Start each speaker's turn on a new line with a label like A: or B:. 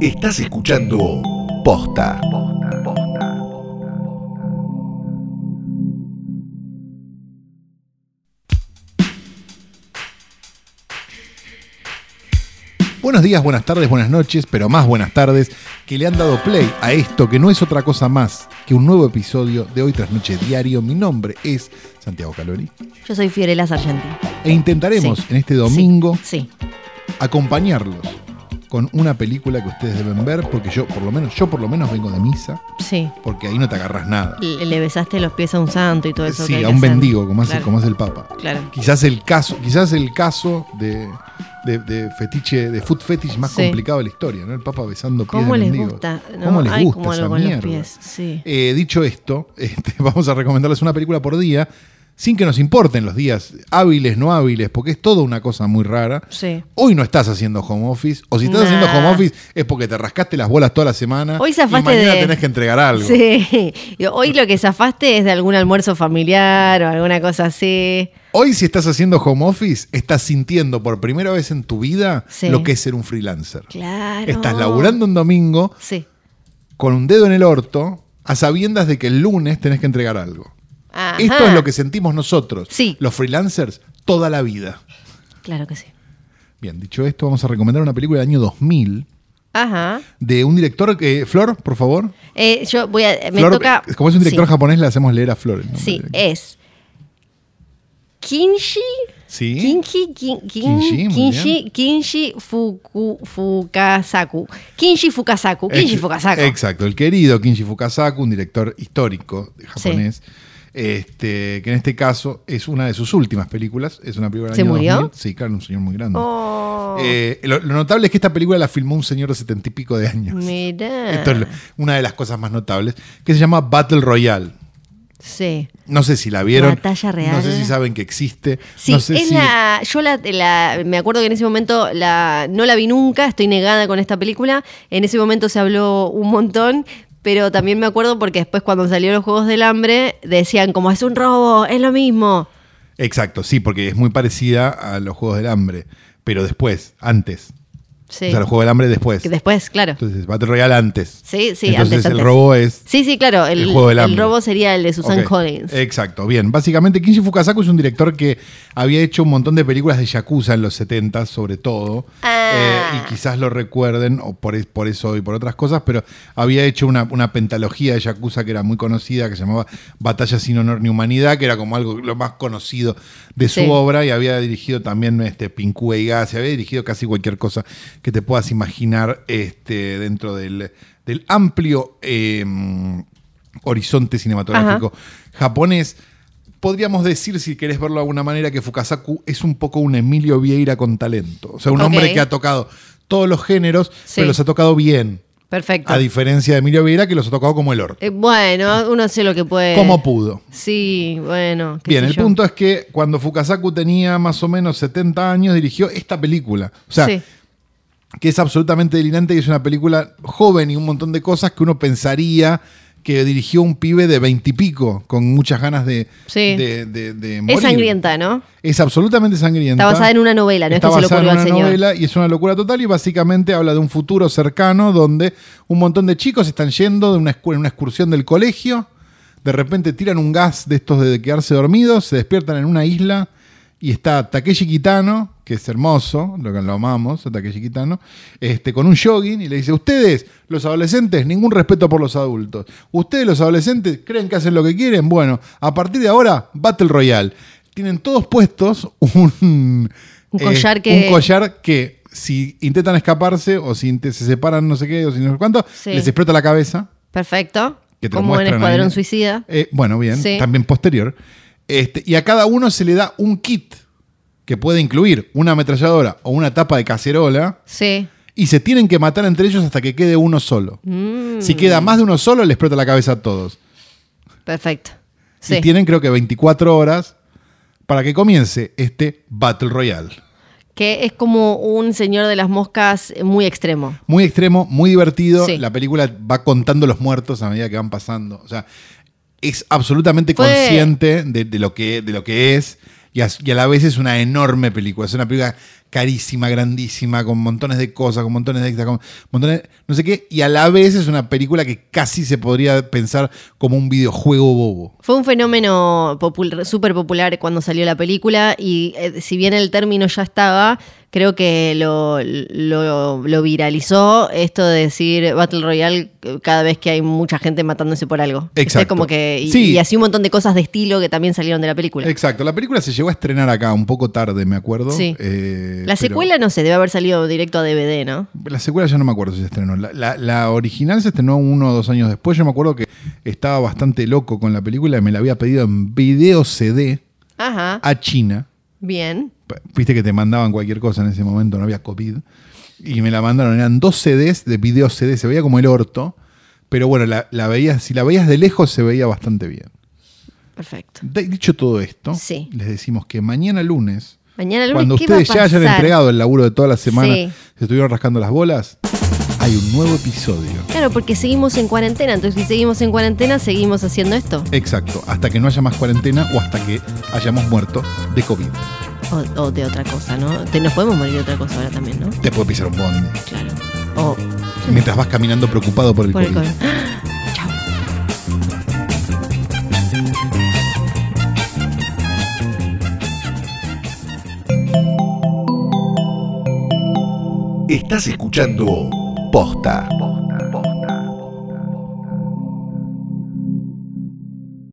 A: Estás escuchando Posta. Buenos días, buenas tardes, buenas noches, pero más buenas tardes, que le han dado play a esto que no es otra cosa más que un nuevo episodio de Hoy tras Noche Diario. Mi nombre es Santiago Calori
B: Yo soy Fiorella Sargenti.
A: e intentaremos
B: Sí.
A: en este domingo
B: Sí.
A: acompañarlos con una película que ustedes deben ver, porque yo por lo menos, yo por lo menos vengo de misa,
B: Sí.
A: porque ahí no te agarras nada.
B: Le, le besaste los pies a un santo y todo eso. que hay
A: Sí, a
B: que
A: un
B: hacer.
A: bendigo, como hace,
B: Claro,
A: como hace el Papa.
B: Claro.
A: Quizás el caso, quizás el caso de, de- de fetiche, de food fetish más
B: Sí.
A: complicado de la historia, ¿no? El Papa besando pies
B: ¿Cómo
A: de
B: les
A: mendigos.
B: gusta? No,
A: ¿Cómo les
B: hay
A: gusta
B: como
A: esa
B: algo con los
A: mierda?
B: pies. Sí.
A: Eh, dicho esto, este, vamos a recomendarles una película por día, sin que nos importen los días hábiles, no hábiles, porque es toda una cosa muy rara.
B: Sí.
A: Hoy no estás haciendo home office, o si estás
B: Nah.
A: haciendo home office es porque te rascaste las bolas toda la semana
B: Hoy
A: y
B: zafaste
A: mañana
B: de-
A: tenés que entregar algo.
B: Sí. Y Hoy lo que zafaste es de algún almuerzo familiar o alguna cosa así.
A: Hoy si estás haciendo home office, estás sintiendo por primera vez en tu vida
B: Sí.
A: lo que es ser un freelancer.
B: Claro.
A: Estás laburando un domingo
B: Sí.
A: con un dedo en el orto, a sabiendas de que el lunes tenés que entregar algo.
B: Ajá.
A: Esto es lo que sentimos nosotros,
B: Sí.
A: los freelancers, toda la vida.
B: Claro que sí.
A: Bien, dicho esto, vamos a recomendar una película del año 2000
B: Ajá.
A: de un director, eh, Flor, por favor.
B: Eh, yo voy a. Me
A: Flor,
B: toca.
A: eh, como es un director
B: sí.
A: japonés, le hacemos leer a Flor. el nombre
B: Sí, eh,
A: del-
B: es. Kinshi.
A: sí.
B: Kinji, kin- kin-
A: Kinji, muy
B: Kinji, Kinji Fuku, Fukasaku. Kinji Fukasaku. Kinji
A: Ex-
B: Fukasaku.
A: Exacto, el querido Kinji Fukasaku, un director histórico japonés, este, que en este caso es una de sus últimas películas. Es una película del
B: ¿Se
A: año
B: murió?
A: 2000. Sí, claro, un señor muy grande.
B: Oh,
A: Eh, lo, lo notable es que esta película la filmó un señor de setenta y pico de años.
B: mirá.
A: Esto es lo- una de las cosas más notables, que se llama Battle Royale.
B: Sí.
A: No sé si la vieron.
B: Batalla real.
A: No sé si saben que existe.
B: Sí,
A: no sé
B: es
A: si-
B: la. Yo la, la- Me acuerdo que en ese momento la, no la vi nunca, estoy negada con esta película. En ese momento se habló un montón. Pero también me acuerdo porque después cuando salió los Juegos del Hambre decían como es un robo, es lo mismo.
A: Exacto, sí, porque es muy parecida a los Juegos del Hambre, pero después, antes.
B: Sí.
A: O sea, los Juegos del Hambre después.
B: Que después, claro.
A: Entonces, Battle Royale antes.
B: Sí, sí,
A: Entonces,
B: antes,
A: el
B: antes.
A: robo es.
B: Sí, sí, claro. El,
A: El juego del
B: el
A: hambre.
B: robo sería el de
A: Ok,
B: Susan
A: Eh,
B: Collins.
A: Exacto, bien. Básicamente, Kinji Fukasaku es un director que había hecho un montón de películas de Yakuza en los 70, sobre todo.
B: Ah.
A: Eh, y quizás lo recuerden, o por, es- por eso y por otras cosas, pero había hecho una, una pentalogía de Yakuza que era muy conocida, que se llamaba Batalla sin Honor ni Humanidad, que era como algo lo más conocido de su
B: Sí.
A: obra, y había dirigido también este, Pinkue y Gas, y había dirigido casi cualquier cosa que te puedas imaginar este, dentro del, del amplio. em, horizonte cinematográfico japonés. Podríamos decir, si querés verlo de alguna manera, que Fukasaku es un poco un Emilio Vieira con talento. O sea, un
B: Ok.
A: hombre que ha tocado todos los géneros,
B: Sí. Ah.
A: pero los ha tocado bien.
B: Perfecto.
A: A diferencia de Emilio Vieira, que los ha tocado como el orto.
B: Eh, bueno, uno hace lo que puede.
A: Como pudo.
B: Sí, bueno. Eh, qué
A: Bien,
B: sé
A: el
B: yo.
A: punto es que cuando Fukasaku tenía más o menos 70 años, dirigió esta película. O sea,
B: Sí.
A: que es absolutamente delirante y es una película joven y un montón de cosas que uno pensaría que dirigió un pibe de veintipico con muchas ganas de,
B: Sí.
A: de, de- de morir.
B: es sangrienta, ¿no?
A: Es absolutamente sangrienta.
B: Está basada en una novela, no
A: Está
B: es que se lo
A: basada en
B: ocurrió al
A: una
B: señor.
A: novela y es una locura total y básicamente habla de un futuro cercano donde un montón de chicos están yendo de una, escu- en una excursión del colegio, de repente tiran un gas de estos de quedarse dormidos, se despiertan en una isla y está Takeshi Kitano, que es hermoso, lo que lo amamos, a Takeshi Kitano, este, con un jogging y le dice, ustedes, los adolescentes, ningún respeto por los adultos. Ustedes, los adolescentes, creen que hacen lo que quieren. Bueno, a partir de ahora, Battle Royale. Tienen todos puestos un, eh,
B: Un collar que-
A: un collar que si intentan escaparse o si inte- se separan no sé qué o si no sé cuánto,
B: Sí.
A: les explota la cabeza.
B: Perfecto.
A: Que te lo
B: Como en
A: muestran
B: Escuadrón
A: ahí.
B: Suicida.
A: Eh, bueno, bien,
B: Sí.
A: también posterior. Este, y a cada uno se le da un kit que puede incluir una ametralladora o una tapa de cacerola
B: Sí.
A: y se tienen que matar entre ellos hasta que quede uno solo.
B: Mm.
A: Si queda más de uno solo, les explota la cabeza a todos.
B: Perfecto.
A: Y
B: Sí.
A: tienen creo que 24 horas para que comience este Battle Royale.
B: Que es como un señor de las moscas muy extremo.
A: Muy extremo, muy divertido.
B: Sí.
A: La película va contando los muertos a medida que van pasando. O sea, es absolutamente
B: Fue-
A: consciente de, de lo que, de lo que es y as- y a, la vez es una enorme película. Es una película carísima, grandísima, con montones de cosas, con montones de extras, con montones de no sé qué, y a la vez es una película que casi se podría pensar como un videojuego bobo.
B: Fue un fenómeno popul- súper popular cuando salió la película y eh, si bien el término ya estaba, creo que lo, lo- lo viralizó esto de decir Battle Royale eh, cada vez que hay mucha gente matándose por algo. Este es
A: Exacto.
B: como que, y,
A: Sí.
B: y así un montón de cosas de estilo que también salieron de la película.
A: Exacto, la película se llegó a estrenar acá un poco tarde, me acuerdo.
B: Sí.
A: Eh, pero-
B: la secuela, no sé, debe haber salido directo a DVD, ¿no?
A: La secuela ya no me acuerdo si se estrenó. La, la- la original se estrenó uno o dos años después. Yo me acuerdo que estaba bastante loco con la película y me la había pedido en video CD
B: Ajá,
A: a China.
B: bien.
A: Pa- Viste que te mandaban cualquier cosa en ese momento, no había COVID. Y me la mandaron, eran dos CDs de video CD, se veía como el orto. Pero bueno, la, la veías, si la veías de lejos se veía bastante bien.
B: Perfecto.
A: De- dicho todo esto,
B: Sí.
A: les decimos que mañana lunes,
B: Mañana lunes,
A: cuando
B: ¿qué va a
A: ustedes ya hayan
B: pasar?
A: entregado el laburo de toda la semana,
B: Sí.
A: se estuvieron rascando las bolas, hay un nuevo episodio.
B: Claro, porque seguimos en cuarentena, entonces si seguimos en cuarentena, seguimos haciendo esto.
A: Exacto, hasta que no haya más cuarentena o hasta que hayamos muerto de COVID.
B: O, o de otra cosa, ¿no? Te- nos podemos morir de otra cosa ahora también, ¿no?
A: Te puede pisar un bondi
B: Claro. O
A: mientras vas caminando preocupado por el
B: por el
A: COVID.
B: COVID. Chao.
C: Estás escuchando Posta.